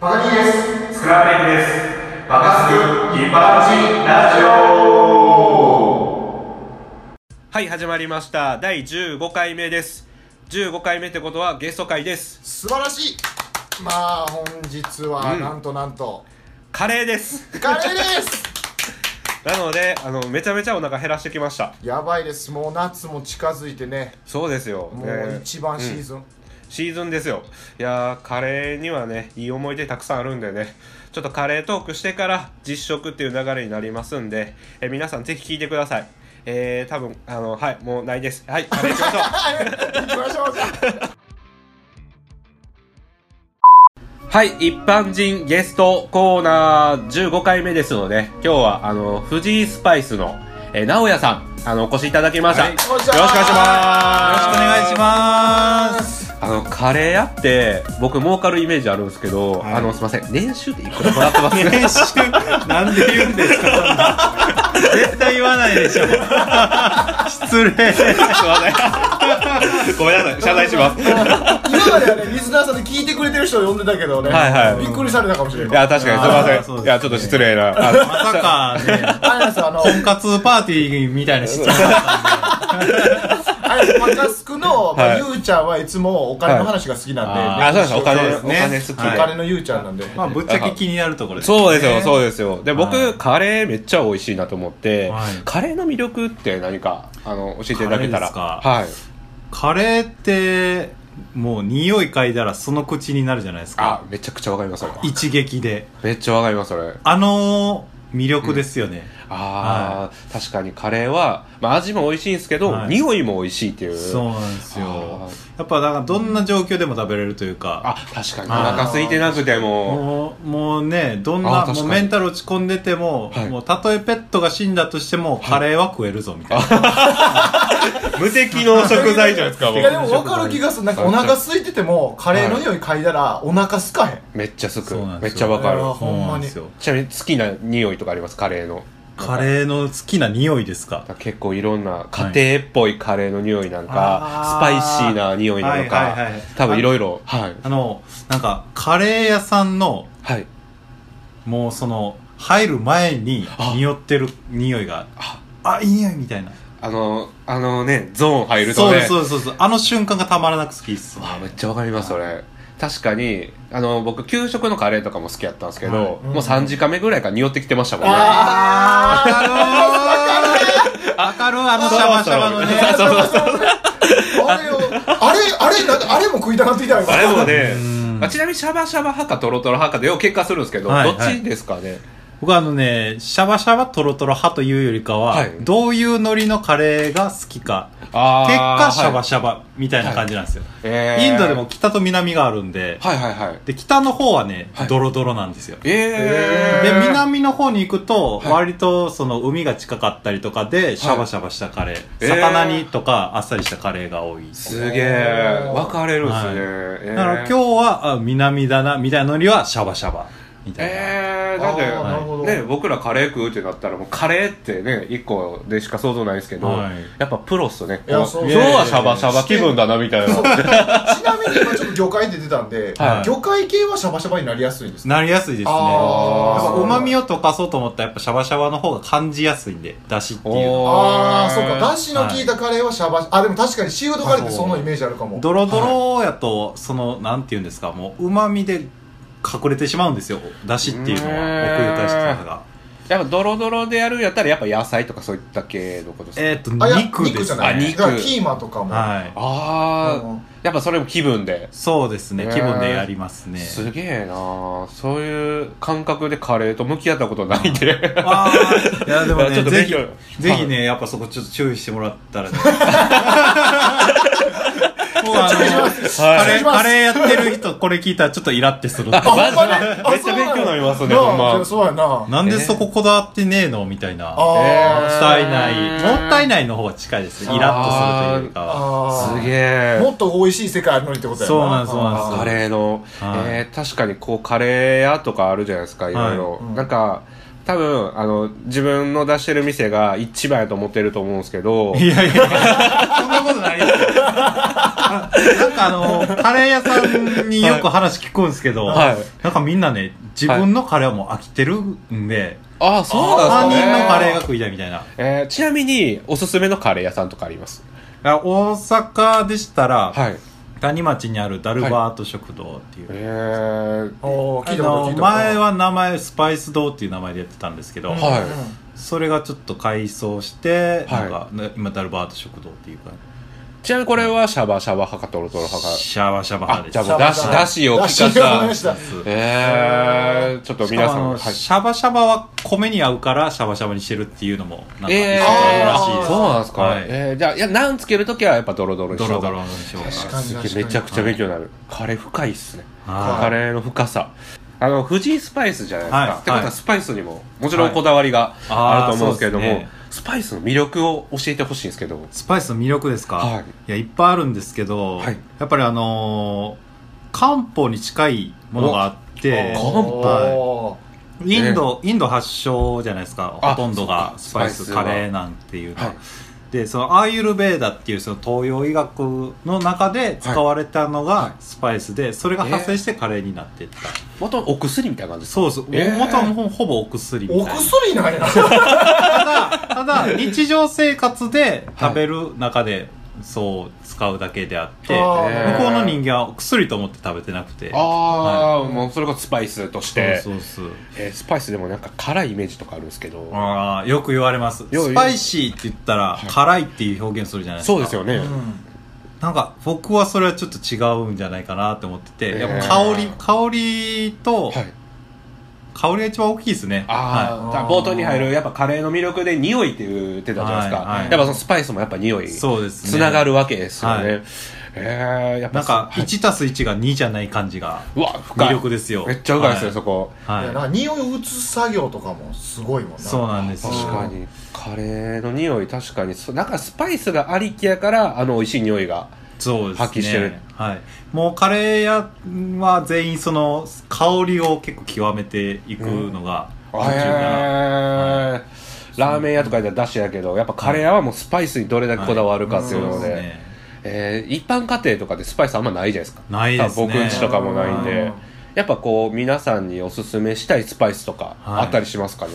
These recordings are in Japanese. バカニーです。スクランブルです。バカスクリバーチラジオ。はい、始まりました。第15回目です。15回目ってことはゲスト会です。素晴らしい。まあ本日はうんなんとなんと、カレーです。カレーです。なので、あの、めちゃめちゃお腹減らしてきました。やばいです。もう夏も近づいてね、そうですよ。もねう一番シーズン。シーズンですよ。いやー、カレーにはね、いい思い出たくさんあるんでね、ちょっとカレートークしてから実食っていう流れになりますんで、え皆さんぜひ聞いてください。えー、多分あの、はい、もうないです。はい、カレー行きましょう。行きましょうじゃはい、一般人ゲストコーナー15回目ですので、今日はあの、藤井スパイスの、えー、直哉さん、あの、お越しいただきました。はいよろしくお願いします。よろしくお願いします。す。あの、カレー屋って、僕儲かるイメージあるんですけど、はいあの、すいません、年収っていくらもらってます 年収なんで言うんですか。絶対言わないでしょ。失礼。 ごめんなさい、謝罪します。いあ。今まではねリスナーさんで聞いてくれてる人を呼んでたけどね、はいはいびっくりされたかもしれない。や、確かにすいません。あーそうですいねや、ちょっと失礼な。あのまさかね、あれなんですよあの、婚活パーティーみたいな質問だ ったんで。あれですバカスクの、まはあ、いゆうちゃんはいつもお金の話が好きなんで、はいあ、そうです、お金、そおうですね金好き。おはい金のゆうちゃんなんで、まあぶっちゃけ気になるところです。そうですよ、そうですよ。で、はい僕、カレーめっちゃ美味しいなと思ってはい、カレーの魅力って何か、あの、教えていただけたら。カはい。カレーってもう匂い嗅いだらその口になるじゃないですあか。、めちゃくちゃわかります、それ。一撃で。めっちゃわかります、それ。あの魅力ですよね。あー、確かにカレーは、まあ味も美味しいんですけど、はい匂いも美味しいっていう。そうなんですあよ。やっぱだからどんな状況でも食べれるというか。あ、確かに。おはい腹空いてなくても、もうもうねどんあな確かもにうメンタル落ち込んでても,、はいもうたとえペットが死んだとしても、カレーは食えるぞみたいな無敵の食材じゃないですか、もいやでう。も分かる気がするなんかお腹空いててもカレーの匂い嗅いだらお腹すかへんめっちゃすくそうな。んめでっすちゃよわかる。あほんまにそうなんですよちなみに好きな匂いとかあります、カレーの。カレーの好きな匂いですか結構いろんな家庭っぽいカレーの匂いなんか、はいあースパイシーな匂いなのか、はいはいはい多分いろいろはいあのなんかカレー屋さんのはいもうその入る前にあ匂ってる匂いがああいい匂いみたいなあのあのねゾーン入るそとうねそうそうそうあの瞬間がたまらなく好きっすねわあめっちゃわかりますそれ確かにあの僕給食のカレーとかも好きやったんですけど、はいもう3時間目ぐらいから匂ってきてましたもんねあわかるーわかるあのシャバシャバのねそうそうそうあれをあれあれなんかあれも食いたなってきたよあれもねうんあちなみにシャバシャバ派かトロトロ派かでよう結果するんですけど、はいはいどっちですかね僕はあのね、シャバシャバトロトロ派というよりかは、はいどういう海苔のカレーが好きか、あー結果シャバはいシャバみたいな感じなんですよ。えーインドでも北と南があるんで、はいはいはいで、北の方はね、はいドロドロなんですよ。ええで、南の方に行くと、はい割とその海が近かったりとかで、シャバシャバしたカレー、えー魚にとかあっさりしたカレーが多い。すげえ分かれるんですね、はいえーだから今日は、あ南だな、みたいな海苔はシャバシャバ、みたいな。あえー、ーなだるほっどて、ね、僕らカレー食うってなったらもうカレーってね1個でしか想像ないですけど、はいやっぱプロっすねいやこうそう今日はシャバシャバ気分だなみたいなちなみに今ちょっと魚介って出たんで、はい魚介系はシャバシャバになりやすいんですねなりやすいですね。あーやっぱ旨味を溶かそうと思ったらやっぱシャバシャバの方が感じやすいんで、出汁っていうのは。ああそうへかーだしの効いたカレーはシャバシあでも確かにシーフードカレーってそのイメージあるかもドロドロやと、その、なんて言うんですか、もう旨味で隠れてしまうんですよ。出汁っていうのうは、ーん奥ゆかしさが。やっぱドロドロでやるんやったらやっぱ野菜とかそういった系のことですか、えっと、あいや肉でじゃすないあね。肉だからキーマとかも、はい。ああ、うんやっぱそれも気分で、そうですね。ね気分でやりますね。すげえなーそういう感覚でカレーと向き合ったことないんで、ああ、いやでも ちょね、っとぜ勉ひ強、ぜひね、やっぱそこちょっと注意してもらったらね。 もうあ失礼しのま、すカはレいー、カレーやってる人、これ聞いたらちょっとイラってする。あほんまにめっちゃ勉強になりますねあほんまそうやなそうやななんでそここだわってねえのみたいな。もっあーたいない。もったいないの方が近いです。イラッとするというかは。あー すげえもっと美味しい世界あるのにってことやそうなんですそうなんですあーカレーの、はいえー確かにこうカレー屋とかあるじゃないですかいろいろ、はいなんか多分あの自分の出してる店が一番やと思ってると思うんですけどいやいや、そんなことないですよ。 なんかあの、カレー屋さんによく話聞くんですけど、はいなんかみんなね、自分のカレーはもう飽きてるんで、ああそうな他んです人かねのカレーが食いたいみたいな。えーちなみにおすすめのカレー屋さんとかありますあ大阪でしたら、はい谷町にあるダルバート食堂っていう、えー、おー聞あいたことの聞いたこと前は名前スパイス堂っていう名前でやってたんですけど、はいそれがちょっと改装しはて、いなんかね今ダルバート食堂っていうかちなみにこれはシャバシャバ派かトロトロ派かシャワシャバ派でじゃあすもうだしだしを聞かさ出しを聞かさえー、ちょっとしか皆もさあんの、はいシャバシャバは米に合うからシャバシャバにしてるっていうのもなんか理え想ー、らしいです、そうなんですか、はいえー、じゃあいやナンつけるときはやっぱドロドロにしよドロうかドロのしょう確かにすげえめちゃくちゃ勉強になる、カレー深いっすねはいカレーの深さあの藤井スパイスじゃないですか、はいってことははいスパイスにももちろんこだわりがあると思うんですけれども、はいあーそうですねスパイスの魅力を教えてほしいんですけどスパイスの魅力ですか、はいい、やいっぱいあるんですけど、はいやっぱりあのー漢方に近いものがあってお漢方おインド、インド発祥じゃないですかあほとんどがそスっかパイススパイスはカレーなんていうのは、はいでそのアーユルベーダっていうその東洋医学の中で使われたのがスパイスで、それが発生してカレーになっていった、元々お薬みたいな感じですかそうそう、えー元はもうほぼお薬みたいおな薬なんやなただただ日常生活で食べる中でそう使うだけであって、はいあー向こうの人間は薬と思って食べてなくてああ、もうそれこそスパイスとしてそうそうそうえースパイスでもなんか辛いイメージとかあるんですけどああよく言われますよスパイシーって言ったら辛いっていう表現するじゃないですかそうですよね、うんなんか僕はそれはちょっと違うんじゃないかなって思ってて、やっぱ香りえー香りと、はい香りが一番大きいですねあはーいじゃあ冒頭に入るやっぱカレーの魅力で匂いって言ってたじゃないですか、はいはいやっぱそのスパイスもやっぱ匂いいそうですねつながるわけですよねはいえー、やっぱなんかはい1たす1が2じゃない感じがうわ深い魅力ですよめっちゃうがいですね、はいそこいやはな匂いを移す作業とかもすごいもんないそうなんですよ確かにカレーの匂い確かにそなんかスパイスがありきやからあの美味しい匂いがそうですね発揮してるはい、もうカレー屋は全員その香りを結構極めていくのがへ途中から、ーラーメン屋とかやったらだしやけどやっぱカレー屋はもうスパイスにどれだけこだわるかっていうそうのですで,、ねえー一般家庭とかでスパイスあんまないじゃないですかないですね多分僕んちとかもないんうでんやっぱこう皆さんにおすすめしたいスパイスとかはあいったりしますかね、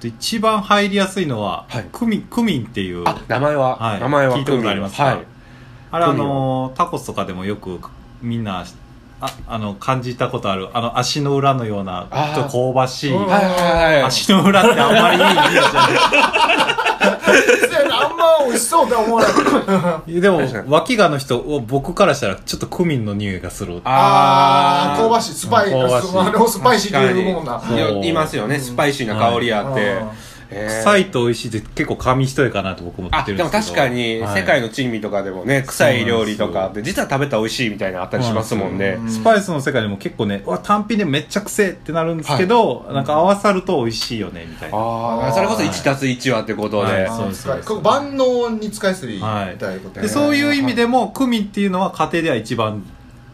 で一番入りやすいのは、はいクミンクミンっていうあ名前は、はい名前は聞いたことありますかはいあれあクミンのタコスとかでもよくみんなああの感じたことあるあの足の裏のようなあーちょっと香ばしいうんはいはいはい足の裏ってあんまりいいイメージじゃそうやなあんま美味しそうって思わないけど ないでも確かに脇がの人を僕からしたらちょっとクミンの匂いがするあー香ばしいスパイ香ばしいあのスパイシーっていうもんな確かにそういやいますよねスパイシーな香りあって、うんえー臭いと美味しいって結構紙一重かなと僕思っあてでるんでもすけど確かにはい世界の珍味とかでもね、臭い料理とかで実は食べたら美味しいみたいなのあったりしますもんね、うんスパイスの世界でも結構ねうわ単品でめっちゃくせえってなるんですけど、なんか合わさると美味しいよねみたいなああそれこそ1たす1はってことで、はいあーそうです使いそうです万能に使いすぎみたいなことやでねそういう意味でもクミンっていうのは家庭では一番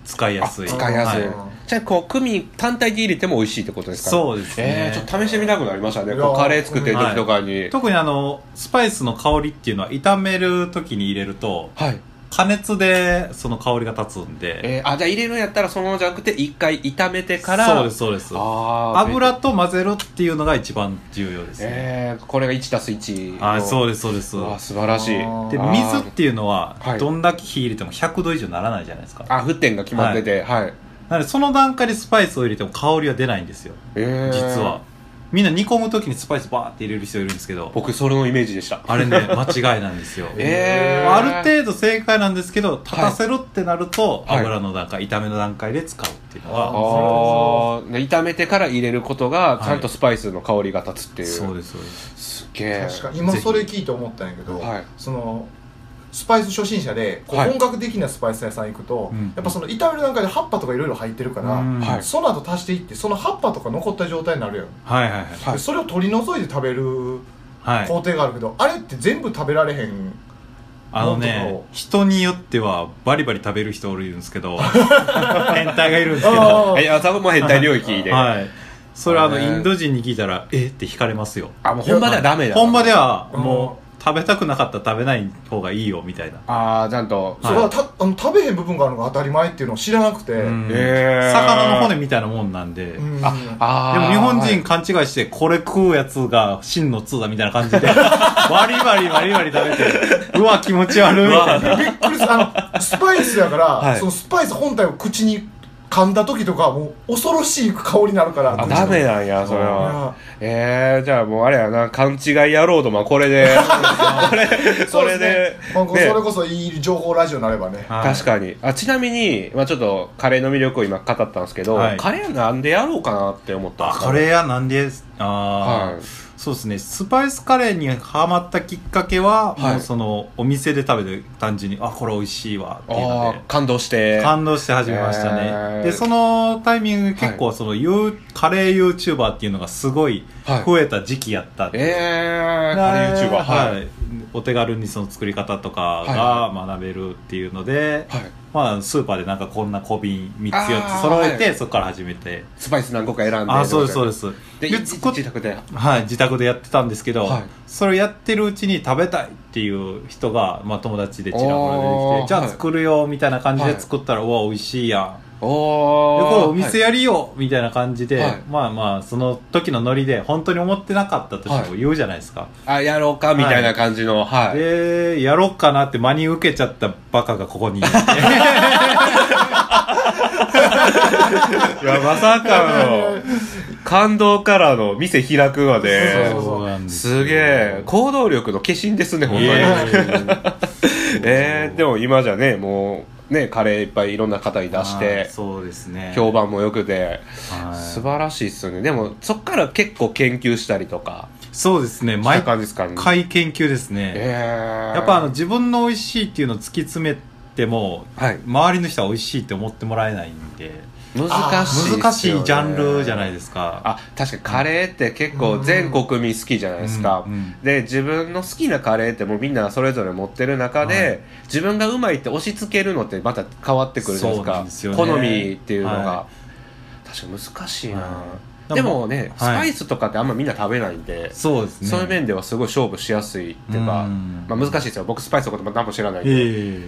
使いやすあい使いやすい、はいじゃあこうクミン単体で入れても美味しいってことですかそうですねえー、ちょっと試してみたくなりましたねいやこうカレー作ってる時とかに、特にあのスパイスの香りっていうのは炒める時に入れるとはい加熱でその香りが立つんで、えー、あじゃあ入れるんやったらそのままじゃなくて一回炒めてからそうですそうですあー油と混ぜるっていうのが一番重要ですね、えー、これが1たす1はいそうでですそうですわ素晴らしいあーであー水っていうのははいどんだけ火入れても100度以上ならないじゃないですか、あ沸点が決まっててはい、なのでその段階でスパイスを入れても香りは出ないんですよえー実はみんな煮込む時にスパイスバーって入れる人いるんですけど僕それのイメージでしたあれね 間違いなんですよえー、ある程度正解なんですけど立たせるってなると、はい油の段階炒めの段階で使うっていうのは、ああーで炒めてから入れることがはいちゃんとスパイスの香りが立つっていう、そうですそうですすっげえ確かに今それ聞いて思ったんやけど、はいそのスパイス初心者でこうはい本格的なスパイス屋さん行くと、うんやっぱその炒める段階で葉っぱとかいろいろ入ってるから、うんはいその後足していってその葉っぱとか残った状態になるやん、はいはいはいはいでそれを取り除いて食べるはい工程があるけど、あれって全部食べられへんあなのんとねかを人によってはバリバリ食べる人おるんですけど変態がいるんですけどあははい、あ、多分もう変態領域で。いそれはあのねインド人に聞いたらえって惹かれますよあもう本場ではダメだ本場でははもう食べたくなかったら食べない方がいいよみたいなああちゃんとそれはたあの食べへん部分があるのが当たり前っていうのを知らなくて、うんへー魚の骨みたいなもんなんで、うんああでーも日本人勘違いして、これ食うやつが真の通だみたいな感 じで、バリバリバリバリ食べて、うわ、気持ち悪いみたいな。びっくりするあのスパイスやから、はいそのスパイス本体を口に噛んだ時とかもう恐ろしい香りになるからあダメなんやそれはうえー、じゃあもうあれやな勘違い野郎どもはこれでこれそこうでれすねで今後そねれこそいい情報ラジオになればねはい確かにあちなみに、まあ、ちょっとカレーの魅力を今語ったんですけど、はいカレーなんでやろうかなって思ったんあですかカレー屋なんでああ、はいそうですねスパイスカレーにハマったきっかけはは、いもうそのお店で食べて単純にあこれ美味しいわっていうあのー感動してで感動して始めましたね、へーでそのタイミングで結構その、ユーカレー YouTuber っていうのがすごいはい増えた時期やったんでえー、でカレー YouTuber はいはい、お手軽にその作り方とかはが学べるっていうので、まあ、スーパーでなんかこんな小瓶3つあー4つ揃えて、はいそこから始めてスパイス何個か選んであそうですそうですすででい作っ自宅ではい、自宅でやってたんですけど、はいそれをやってるうちに食べたいっていう人が、まあ、友達でちらほらお出てーきてじゃはあい作るよみたいな感じはでい作ったら、うわ美味しいやんおーでこれお店やりよ、みたいな感じで、はいまあまあその時のノリで本当に思ってなかったとしても言うじゃないですか、はい、あやろうかみたいな感じのはい、でやろうかなって真に受けちゃったバカがここに いていやまさかの 感動からの店開くまでそうそうそうなんですよすげえ行動力の化身ですね本当いにやいやいやいやえー、でも今じゃねもうねカレーいっぱいいろんな方に出しあーてそうですね評判も良くてはい素晴らしいっすねでもそっから結構研究したりとかそうですねした毎感じですかね回研究ですね、えー、やっぱあの自分の美味しいっていうのを突き詰めてもはい周りの人は美味しいって思ってもらえないんで難しいっすよね、難しいジャンルじゃないですかあ確かにカレーって結構うん全国民好きじゃないですか、うんうんで自分の好きなカレーってもうみんなそれぞれ持ってる中で、はい自分がうまいって押し付けるのってまた変わってくるじゃないですそうなかんですよね好みっていうのが、は確かに難しいな、はでもね、スはいパイスとかってあんまみんな食べないんで、そうですねそういう面ではすごい勝負しやすいっていうか、うんまあ、難しいですよ僕スパイスのことも何も知らないんで、え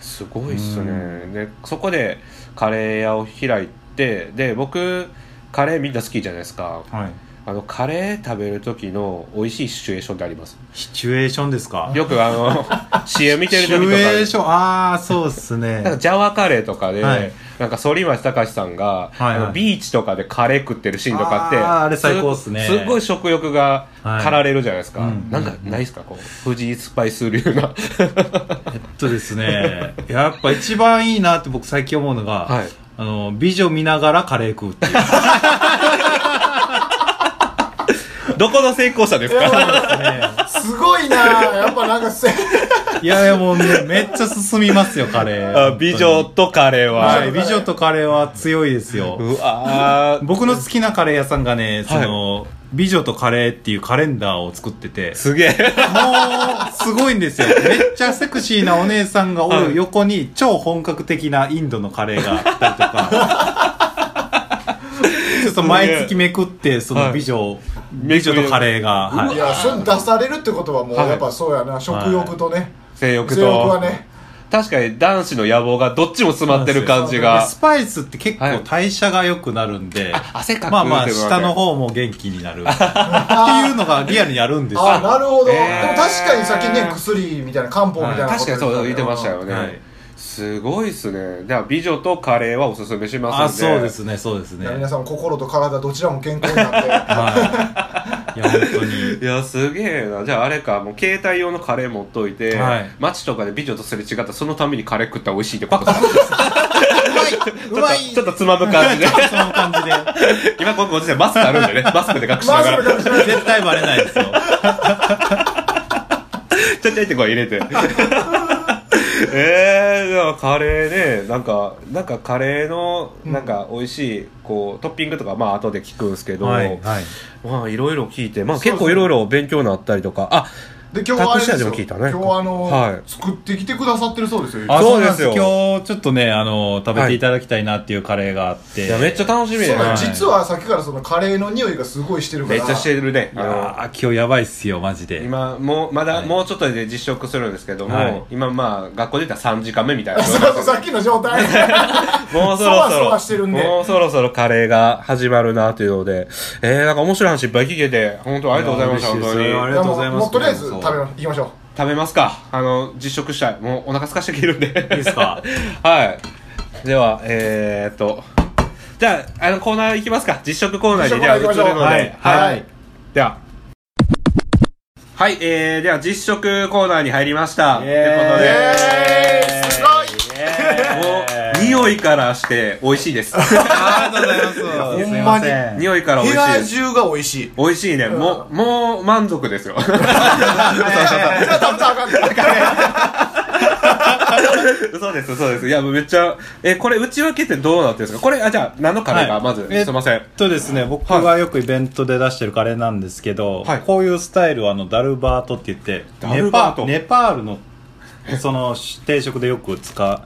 すごいっすね、うでそこでカレー屋を開いてで僕カレーみんな好きじゃないですかえはいあのカレー食べる時の美味しいシチュエーションってありますシチュエーションですかよくあ の CM 見てるシ時チュエーとションああそうで すねかなんかジャワカレーとかで、はいなんか反町隆史さんが、はいはいあのビーチとかでカレー食ってるシーンとかあってあーあれ最高っすねすっごい食欲が駆られるじゃないですか、はいうんなんかないですかこう藤井スパイス流 なえっとですねやっぱ一番いいなって僕最近思うのが、はいあの美女見ながらカレー食うっていうどこの成功者ですかすごいなやっぱなんかせいやいやもうねめっちゃ進みますよカレーあ美女とカレーは、はい、美女とカレーは強いですよ。うわー僕の好きなカレー屋さんがね、その、美女とカレーっていうカレンダーを作ってて、すげえもう、すごいんですよ。めっちゃセクシーなお姉さんがおはいる横に、超本格的なインドのカレーがあったりとか。 ちょっと毎月めくって、その美女、美女とカレーが、はいいやそれ出されるってことはもうはいやっぱそうやな、食欲とね性欲と性欲はね確かに男子の野望がどっちも詰まってる感じでがスパイスって結構代謝が良くなるんで、汗かくまあまあというわけ下の方も元気 になるっていうのがリアルにあるんですよあなるほど、えーでも確かにさっきね薬みたいな漢方みたいなこと確かにそう言ってましたよね、はいすごいっすねでは美女とカレーはおすすめしあますんでそうですねそうですいねや皆さんも心と体どちらも健康に なってはいいや本当にいやすげえなじゃああれかもう携帯用のカレー持っといて、はい街とかで美女とすれ違ったらそのためにカレー食ったら美味しいってことうまいちょっとつまむ感じ でその感じで今このご時世マスクあるんでねマスクで隠しなマスがクらかもしれない絶対バレないですよちょちょいってこう入れ て。えー、でもカレーね、なんか、なんかカレーの、なんか美味しい、こう、トッピングとか、まあ後で聞くんですけど、はいはいまあいろいろ聞いて、まあ結構いろいろ勉強になったりとか、あ、で今日はあれですよ隠し味も聞いたね今日はあの、はい作ってきてくださってるそうですよあそそううでですすよよ今日ちょっとねあの食べていただきたいなっていうカレーがあっていやめっちゃ楽しみだそうよなんねはい実はさっきからそのカレーの匂いがすごいしてるかめらっちゃしてるねいやー今日やばいっすよマジで今もうまだ、はいもうちょっとで実食するんですけども、はい今まあ学校出たら3時間目みたいなそうさ っきの状態もうそろそろそわそわしてるんでもうそろそろカレーが始まるなというのでえー、なんか面白い話いっぱい聞けて本当ありがとうございましたいや本嬉当にしいですありがとうございますもうとりあえずそう食べま行きましょう食べますかあの実食したいもうお腹空かしてきてるんでいいいですか はいではえー、っとじゃああのコーナー行きますか実食コーナーに実食では移るコーナー行のきましでょうはい、はいでははい、えー、では実食コーナーに入りましたとイいエーうイことでえー、すごいもう匂いからして美味しいです。ありがとうございますいやすほいんままにせ ん匂いから美部屋味しい。中が美味しい美味しいね。もう、もう満足ですよ。 食べたらあかんね 嘘です、嘘です。いや、もうめっちゃ、え、これ内訳ってどうなってるんですかこれ、あ、じゃあ、何のカレーか、はいまず、えすいません。えっとですね、僕がよくイベントで出してるカレーなんですけど、はいこういうスタイルはあのダルバートって言ってダルネバーパトネパールのその定食でよく使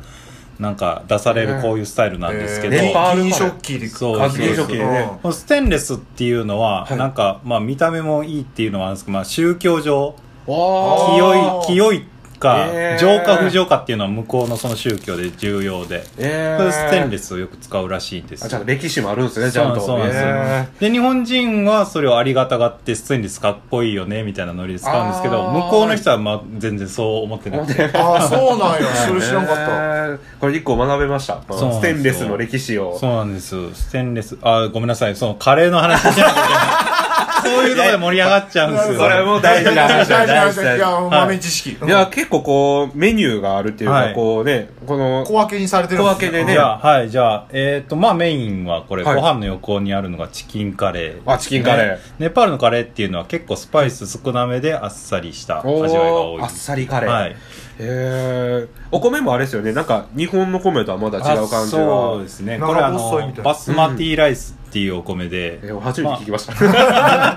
うなんか出されるこういうスタイルなんですけど、えーネパール金食器でそうカズニ食器でねう。このステンレスっていうのは、はいなんか、まあ、見た目もいいっていうのはあるんですけど、まあ、宗教上お清い清いか、へー浄化不浄化っていうのは向こうのその宗教で重要で、えそれでステンレス。スをよく使うらしいんですあ、よじゃあ歴史もあるんですね、ちゃんと。そうなんですそうなんですよで日本人はそれをありがたがってステンレスかっこいいよねみたいなノリで使うんですけどあー向こうの人はまあ全然そう思ってなくてああそうなんやそれ知らんかったった。これ一個学べました。こそうのなスんですテンレスよの歴史を。そうなんですよステンレスあごめんなさいそのカレーの話じゃなく てそういうところで盛り上がっちゃうんですよそれはもう大事な話だ大事な大話事なだい話や 豆知識いや、結構こう、メニューがあるっていうはか、いこうね、この、小分けにされてるんす小ね分けでねじゃあはいじゃあえっ、とまあメインはこれ、はいご飯の横にあるのがチキンカレー、あチキンカレーねネパールのカレーっていうのは結構スパイス少なめであっさりした味わいが多いあっさりカレー、はいへえお米もあれですよねなんか日本の米とはまだ違う感じがあそうですねこれあ長細いみのたいなバスマティライスっていうお米で、え初めて聞きました、か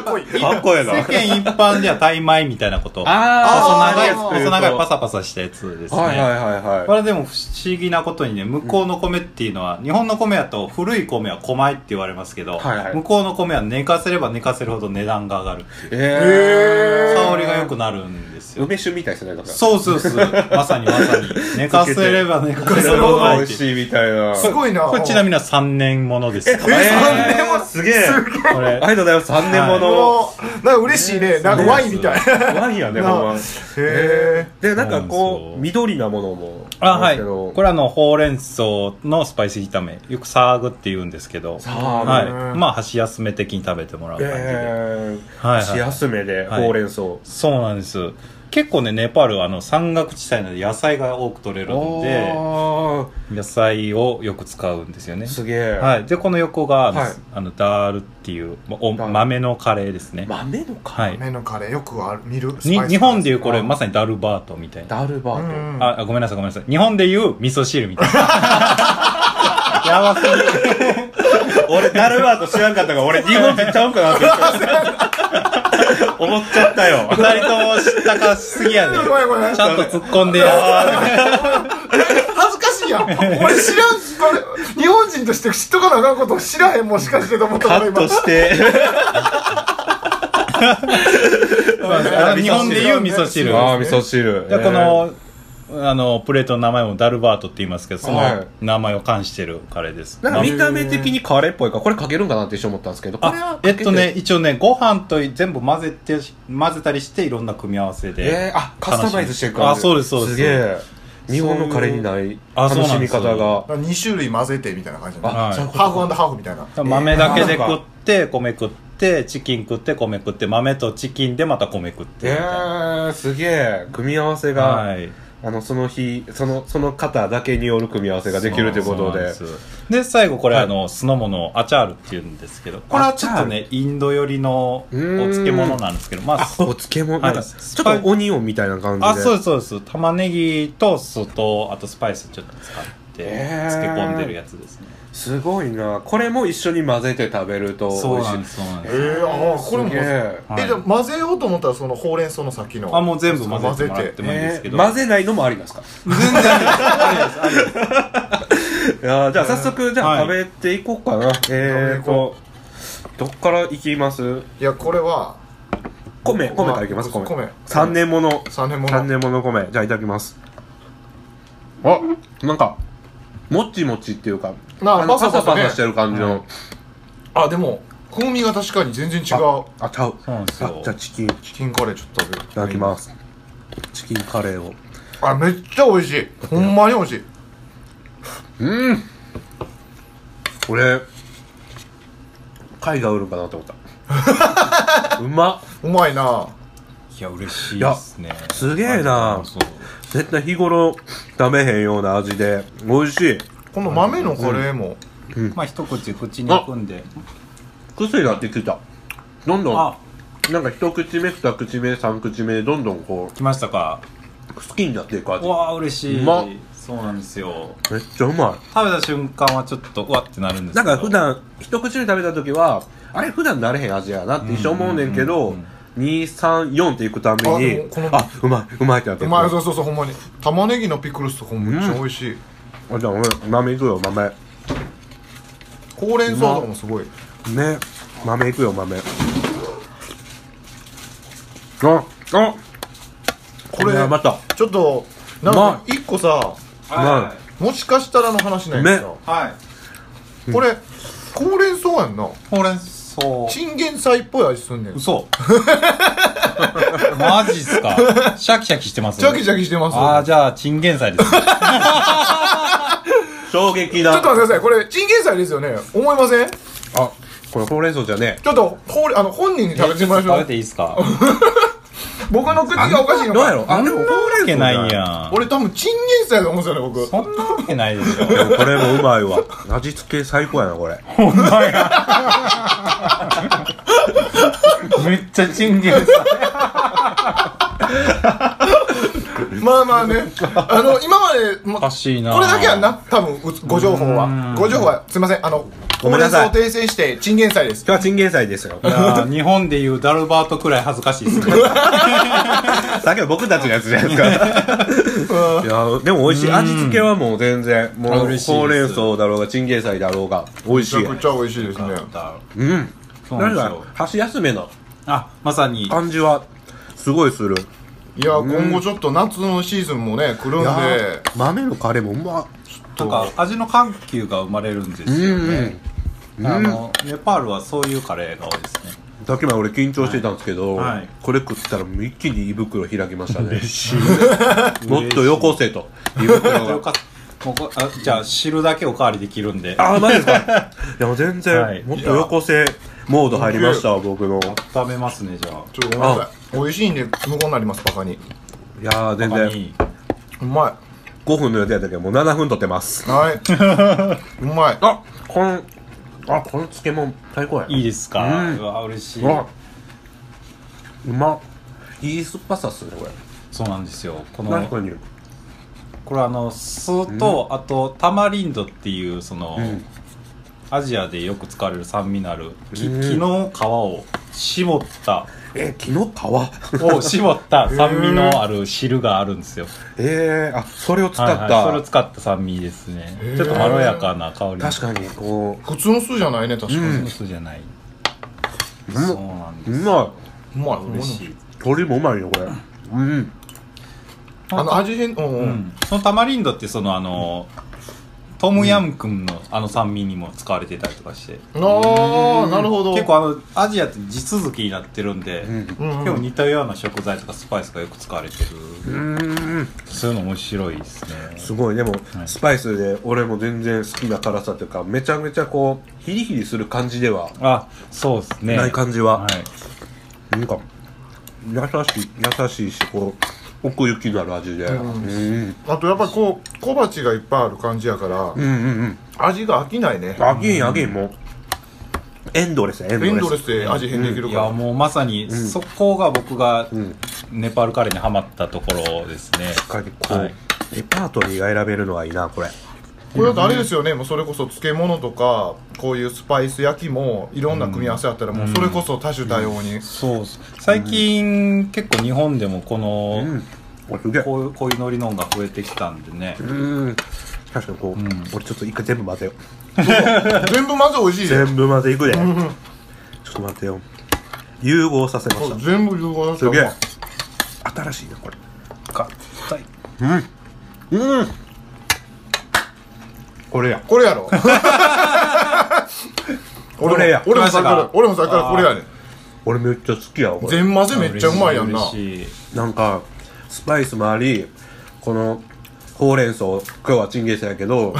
っこいいかっこええな世間一般ではタイ米みたいなこと細あ長いあー細長いパササパサしたやつですね、はいはいはいこはいれでも不思議なことにね向こうの米っていうのは、日本の米だと古い米は古米って言われますけど、はいはい向こうの米は寝かせれば寝かせるほど値段が上がるっていうえ香りが良くなるんですよ梅酒みたいですねなんかそうそうそうまさにま さに寝かせれば寝かせるほど美味しいみたいなすごいなこれちなみには3年ものですよえー三年もすげえあこれりがとうございます3年ものもうなんか嬉しいねなんかワインみたいへワインやねほんまえでなんかそうなこんですうよ緑なものもあはるんいですけどこれあのほうれん草のスパイス炒めよくサーグって言うんですけどサーグはい、まあ箸休め的に食べてもらう感じで、えはいはいー、し休めではいほうれん草、そうなんです結構ねネパールはあの山岳地帯なので野菜が多く取れるのであ野菜をよく使うんですよねーすげえ、はい、でこの横が、あのはいあのダールっていうまおダール豆のカレーですね、豆のかはい、目のカレーよくある見るに日本でいううこれあまさにダルバートみたいなダルバうーんああごめんなさいごめんなさい日本でいう味噌汁みたいなやばすぎるト、俺ダルバート知らんかったから俺日本人ちゃうんかなって 思っちゃったよ二人とも知ったかしすぎ やで、ごめんごめんちゃんと突っ込んでや恥ずかしいやん俺知らんこれ日本人として知っとかなあかんことを知らへんもしかしてと思ったカか ッら今ト してあの日本でいう味噌汁ああで味噌汁このあのプレートの名前もダルバートって言いますけどそはいの名前を冠してるカレーです、なんか見た目的にカレーっぽいからこれかけるんかなって一瞬思ったんですけどこれはあかえけってとね一応ねご飯と全部混ぜて混ぜたりしていろんな組み合わせで、えー、あカスタマイズしてるからあそうですそうですすげえ日本のカレーにないあ楽そうなしんでみすよ方が2種類混ぜてみたいな感じだねはいそういうことハーフハーフみたいな豆だけで食って米食ってチキン食って米食って豆とチキンでまた米食ってみえたいな、ー、すげえ組み合わせが、はいあのその日そのその方だけによる組み合わせができるということでそうなんすで最後これ、はいあの酢の物アチャールっていうんですけどこれはちょっとねインド寄りのお漬物なんですけどまああお漬物、なんかはいちょっとオニオンみたいな感じであそううですそうです玉ねぎと酢とあとスパイスちょっと使ってえー漬け込んでるやつですね、すごいなこれも一緒に混ぜて食べるとそう美味しなんいですそうなんえですー、ああこれもすげえはいえじゃあ混ぜようと思ったらそのほうれん草の先のあもう全部混ぜてもらってもいいんでえすけーど、混ぜないのもありなんですか全然ありですありですいや ーじゃあ早速じゃあは食べていこうかな、えーとどっからいきますいやこれは米米からいきますまあ米米三年もの3年も三の年もの米じゃあいただきますあなんかもっちもちっていうかなああのパサパパササねパサしてる感じの、あでも風味が確かに全然違うあちゃうそうなんですあよじゃあチキンいチキンカレーちょっと食べるいただきますチキンカレーをあめっちゃ美味しいほんまに美味しいうんこれ貝が売るんかなと思った うまっうまいないや嬉しいですねすげえなそう絶対日頃食べへんような味で美味しいこの豆のカレーもまあ一口口に含んで癖になってきたどんどんあなんか一口目二口目三口目でどんどんこ来ましたかう好きになっていく味うわあ嬉しいうまっそうなんですよめっちゃうま食べた瞬間はちょっとうわってなるんでいすけなんどか普段一口目食べた時はあれ普段慣れへん味やなって一生思うねんけうどんうん234っていくためあにでもこのあうまいうまいってなってうくまいそうそうそうほんまに玉ねぎのピクルスとかもめっちゃ美味しい、あじゃあ俺豆いくよ豆ほうれん草とかもすごいね豆いくよ豆ああこれはまたちょっとなんうまか一個さはもしかしたらの話なんやけどいはいこれほうれん草やんなほうれん草チンゲン菜っぽい味すんねんシ嘘 マジっすかシャキシャキしてますャキシャキしてますああじゃあチンゲン菜ですね衝撃ちょだっと待ってくださいこれチンゲン菜ですよね思いませんちあこれほうれん草じゃねょっとほうれあの本人に食べてみましょ食べうていいっすか僕の口がおかしいえのどうやかろあでもほうれんい草けじゃないやん俺多分チンゲン菜だと思うんですよね僕そんなわけないでしょでもこれもうまいわ 味付け最高やなこれお前がめっちゃチンゲンさまあまあねあの今までもおかしいなこれだけやんな多分うご情報はご情報はすいませんあのごほうめんれなんさ草いを訂正してチンゲン菜です今日はチンゲン菜ですよいやー日本でいうダルバートくらい恥ずかしいっすねさっきの僕たちのやつじゃないですかいやでも美味しい味付けはもう全然もう嬉しいですほうれん草だろうがチンゲン菜だろうが美味しめいちゃくちゃ美味しいですねうんそうななんんですかよ箸休めのあまさに感じはすごいするいや今後ちょっと夏のシーズンもね来るんいでやー豆のカレーもうまっなんか味の緩急が生まれるんですよね、あのネパールはそういうカレーが多いですねさっきまで俺緊張してたんですけど、はいはいこれ食ったらもう一気に胃袋開きましたね もっとよこせと胃袋よがかったもうこあじゃあ汁だけおかわりできるんでああマジですかでも全然、はいもっとよこせモード入りましたわ僕のい温めますねじゃちょっとごめんなさい美味しいんで無言になりますバカにやー全あ然他にうま5分の予定やったけどもう7分とってますいは いうまいあこのあこの漬物最高やいいですか、ううんわ嬉しいあうまっいい酸っぱさっすねこれそうなんですよこ確のかにこれあの酢と、あとタマリンドっていうその、んアジアでよく使われる酸味のあるきうん木の皮を絞ったえ木の皮 を絞った酸味のある汁があるんですよ、えー、あそれを使っはいた、はい、それを使った酸味ですねちょっとまろやかな香り確かにこ普通の酢じゃないね確かにソースじゃない、そうなんううですまうまい嬉しい、い鶏もうまいよこれうんあの味変うんううんん、そのタマリンドってそのあのトムヤムクンのあの酸味にも使われてたりとかしてああなるほど結構あのアジアって地続きになってるんで、んうん結構似たような食材とかスパイスがよく使われてる、うんそういうの面白いですねすごいでもはいスパイスで俺も全然好きな辛さというかめちゃめちゃこうヒリヒリする感じではあそうですねない感じは、はいなんか優しい優しいしこう奥行きのある味でうんうんあとやっぱこう小鉢がいっぱいある感じやからうんうん味が飽きないねあげんあげんもうエンドレスやエンドレエスンドレスで味変できるいからやもうまさにそこが僕がんネパールカレーにハマったところですね、しっかりこう、はいレパートリーが選べるのはいいなこれこれだとあれですよねもうそれこそ漬物とかこういうスパイス焼きもいろんな組み合わせあったらもうそれこそ多種多様に、そう最近結構日本でもこの、うんおすげえこういうこういうのりのんが増えてきたんでねうん確かにこう、ん俺ちょっと一回全部混ぜよう全部まず美味しいで全部混ぜいくで、ちょっと待ってよ融合させました全部融合だったすらげえ新しいなこれかはいうんこれやこれやろ俺もこれや俺もさっきから来ましたか俺もさっきからこれやねん俺めっちゃ好きやわこれ全混ぜめっちゃうまいやんな嬉しいなんかスパイスもありこのほうれん草今日はチンゲンしたやけ ど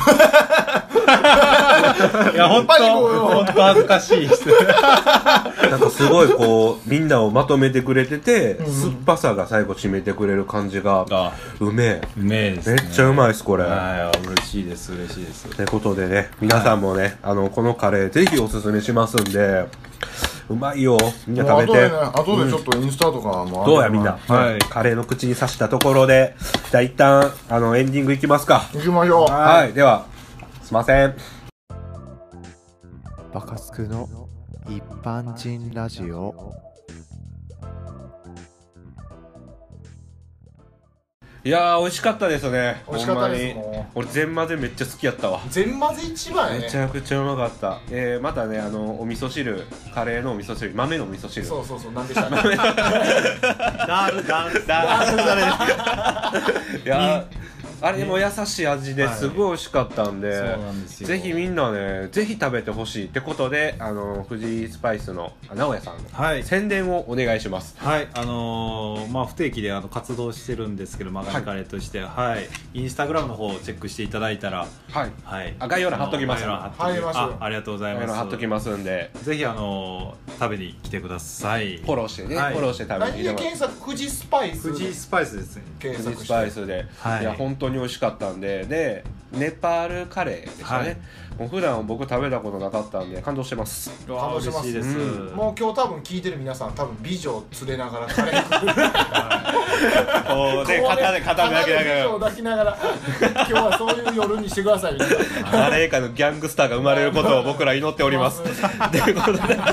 いや本当パニック本当恥ずかしいですなんかすごいこうみんなをまとめてくれてて、酸っぱさが最後締めてくれる感じががうめえうめえで すめねっちゃうまいですこれ、はい嬉しいです嬉しいですということでね、皆さんもね、あの、このカレーぜひおすすめしますんで、うまいよ。みんなもう食べ後でてね。後でちょっとインスタとかもあるどうやみんな、はいカレーの口に刺したところで、じゃあ一旦、あの、エンディングいきますか。行きましょうはい、では、すいません。バカスクの一般人ラジオいやー、美味しかったですね。美味しかったですほんまにも俺、全混ぜめっちゃ好きやったわ。全混ぜ一番やめちねゃくちゃうまかった。えー、またね、あの、お味噌汁、カレーのお味噌汁、豆のお味噌汁。そうそうそうなんでしたっ けダールダールだいやあれも優しい味ですごい美味しかったんで,、そうなんですよぜひみんなねぜひ食べてほしいってことであの藤井スパイスのあ直哉さんのはい宣伝をお願いしますはい、あのーまあ、不定期であの活動してるんですけど、マガリカレーとして、はい、インスタグラムの方をチェックしていただいたら、はいはい、あ概要欄貼っときますあの概要欄貼っと貼りまきますす。あ、ありがとうございます。貼っときますんでぜひあのー食べに来てください。フォローしてね、はいフォローして食べて何いたでだ検索富士スパイス富士スパイスですね。検藤井索スしてパイスで、はいいや本当に美味しかったんででネパールカレーでしたね、はいもう普段僕食べたことなかったんで感動してますうわ嬉しいです。うもう今日多分聞いてる皆さん多分美女を連れなが らカレー食うこうで肩で肩でだけだ美女を抱きながら今日はそういう夜にしてくださいみたいな誰かのギャングスターが生まれることを僕ら祈っており ます。ということで。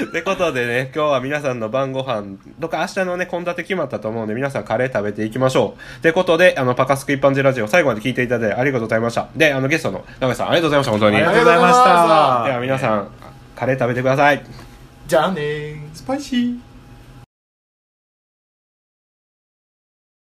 ってことでね、今日は皆さんの晩ご飯とか明日のね、献立決まったと思うんで、皆さんカレー食べていきましょう。ってことで、あの、パカスク一般人ラジオ最後まで聞いていただいてありがとうございました。で、あの、ゲストの名古屋さんありがとうございました、本当に。ありがでとうございまあしりがとうございまた。は皆さん、カレー食べてください。じゃあねースパイシー。